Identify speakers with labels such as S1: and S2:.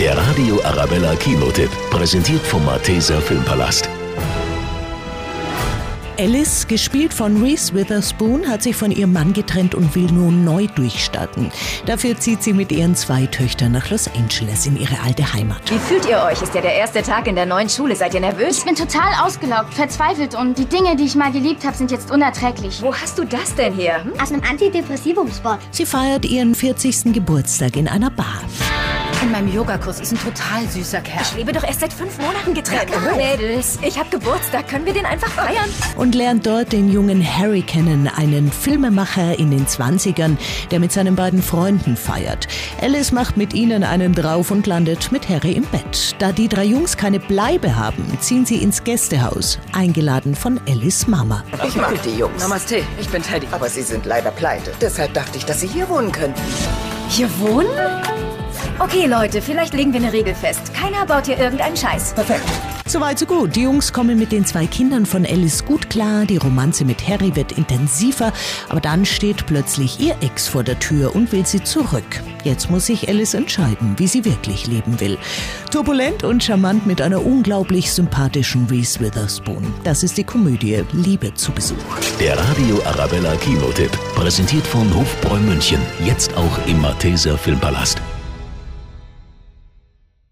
S1: Der Radio Arabella Kinotipp, präsentiert vom Malteser Filmpalast.
S2: Alice, gespielt von Reese Witherspoon, hat sich von ihrem Mann getrennt und will nun neu durchstarten. Dafür zieht sie mit ihren zwei Töchtern nach Los Angeles in ihre alte Heimat.
S3: Wie fühlt ihr euch? Ist ja der erste Tag in der neuen Schule. Seid ihr nervös?
S4: Ich bin total ausgelaugt, verzweifelt und die Dinge, die ich mal geliebt habe, sind jetzt unerträglich.
S3: Wo hast du das denn hier? Hm?
S5: Aus einem Antidepressivum-Spot.
S2: Sie feiert ihren 40. Geburtstag in einer Bar.
S6: In meinem Yogakurs ist ein total süßer Kerl.
S3: Ich lebe doch erst seit fünf Monaten getrennt. Mädels, ich hab Geburtstag. Können wir den einfach feiern?
S2: Und lernt dort den jungen Harry kennen, einen Filmemacher in den 20ern, der mit seinen beiden Freunden feiert. Alice macht mit ihnen einen drauf und landet mit Harry im Bett. Da die drei Jungs keine Bleibe haben, ziehen sie ins Gästehaus, eingeladen von Alice Mama.
S7: Ich mag die Jungs.
S6: Namaste, ich bin Teddy.
S7: Aber sie sind leider pleite. Deshalb dachte ich, dass sie hier wohnen können.
S3: Hier wohnen? Okay, Leute, vielleicht legen wir eine Regel fest. Keiner baut hier irgendeinen Scheiß.
S7: Perfekt.
S2: Soweit so gut. Die Jungs kommen mit den zwei Kindern von Alice gut klar. Die Romanze mit Harry wird intensiver. Aber dann steht plötzlich ihr Ex vor der Tür und will sie zurück. Jetzt muss sich Alice entscheiden, wie sie wirklich leben will. Turbulent und charmant mit einer unglaublich sympathischen Reese Witherspoon. Das ist die Komödie Liebe zu Besuch.
S1: Der Radio Arabella Kinotipp, präsentiert von Hofbräu München. Jetzt auch im Malteser Filmpalast.